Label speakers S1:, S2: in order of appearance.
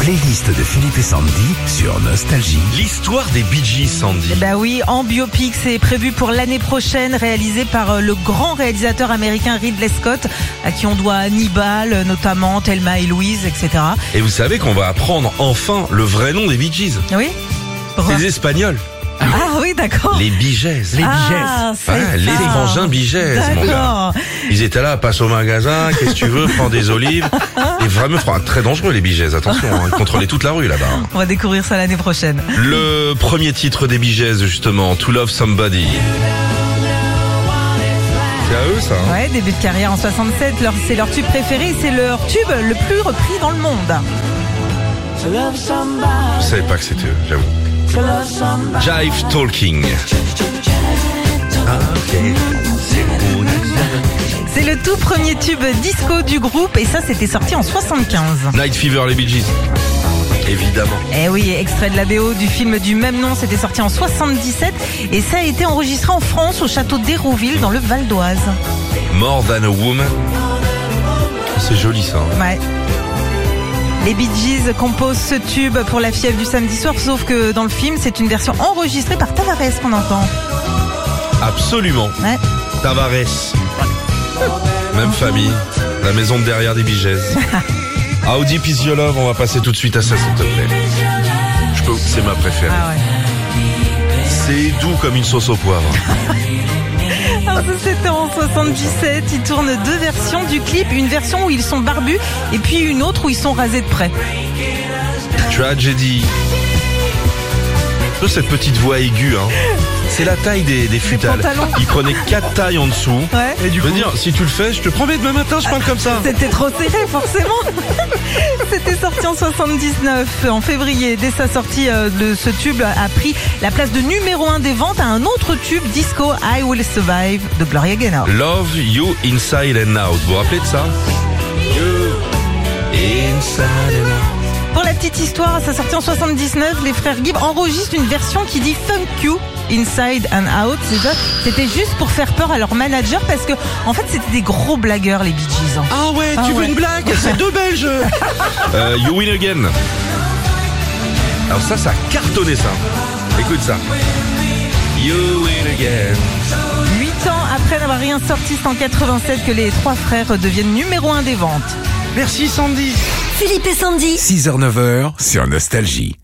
S1: playlist de Philippe et Sandy sur Nostalgie.
S2: L'histoire des Bee Gees, Sandy.
S3: Bah oui, en biopic, c'est prévu pour l'année prochaine, réalisé par euh, le grand réalisateur américain Ridley Scott, à qui on doit Hannibal, euh, notamment Thelma et Louise, etc.
S2: Et vous savez qu'on va apprendre enfin le vrai nom des Bee Gees.
S3: Ah Oui
S2: C'est les Espagnols.
S3: Ah oui, d'accord.
S2: Les Bee Gees.
S3: Ah, c'est
S2: Ouais, les
S3: ça.
S2: frangins Bee Gees, mon gars.
S3: D'accord.
S2: Ils étaient là, passe au magasin, qu'est-ce que tu veux, prends des olives. Et vraiment, fran- Ah, très dangereux les Bee Gees, attention, hein, ils contrôlaient toute la rue là-bas. hein.
S3: On va découvrir ça l'année prochaine.
S2: Le premier titre des Bee Gees, justement, To Love Somebody. C'est à eux ça. hein.
S3: Ouais, début de carrière en 67, leur- c'est leur tube préféré, c'est leur tube le plus repris dans le monde.
S2: Je savais pas que c'était eux, j'avoue. Jive Talking.
S3: C'est le tout premier tube disco du groupe et ça c'était sorti en 75.
S2: Night Fever, les Bee Gees. Évidemment.
S3: Eh oui, extrait de la BO du film du même nom, c'était sorti en 77 et ça a été enregistré en France au château d'Hérouville dans le Val d'Oise.
S2: More Than a Woman. C'est joli ça. hein.
S3: Ouais. Les Bee Gees composent ce tube pour la fièvre du samedi soir, sauf que dans le film, c'est une version enregistrée par Tavares qu'on entend.
S2: Absolument.
S3: Ouais.
S2: Tavares. Même famille. La maison de derrière des Bee Gees. Audi Peace Your Love, on va passer tout de suite à ça, s'il te plaît. Je peux, c'est ma préférée.
S3: Ah ouais.
S2: C'est doux comme une sauce au poivre.
S3: Alors ça, c'était en 77, ils tournent deux versions du clip, une version où ils sont barbus et puis une autre où ils sont rasés de près.
S2: Tragedy. Un peu cette petite voix aiguë, hein. C'est la taille des, des futales.
S3: pantalons.
S2: Il prenait quatre tailles en dessous.
S3: Ouais.
S2: Et du coup, dire, si tu le fais, je te promets demain matin, je parle comme ça.
S3: C'était trop serré forcément. C'était sorti en 79 en février. Dès sa sortie euh, de ce tube a pris la place de numéro 1 des ventes à un autre tube disco I Will Survive de Gloria Gaynor.
S2: Love You Inside and Out. Vous vous rappelez de ça You Inside and Out.
S3: Pour la petite histoire, à sa sortie en 79, les frères Gibb enregistrent une version qui dit Funk You Inside and Out. C'est ça. C'était juste pour faire peur à leur manager parce que en fait c'était des gros blagueurs les Bee Gees. hein.
S2: Ah ouais,
S3: Ah
S2: tu veux
S3: ouais.
S2: une blague C'est deux Belges Euh, You Win Again. Alors ça, ça a cartonné ça. Écoute ça. You Win Again.
S3: Huit ans après n'avoir rien sorti, c'est en 87 que les trois frères deviennent numéro 1 des ventes.
S2: Merci Sandy.
S4: Philippe et Sandy.
S1: 6h-9h sur Nostalgie.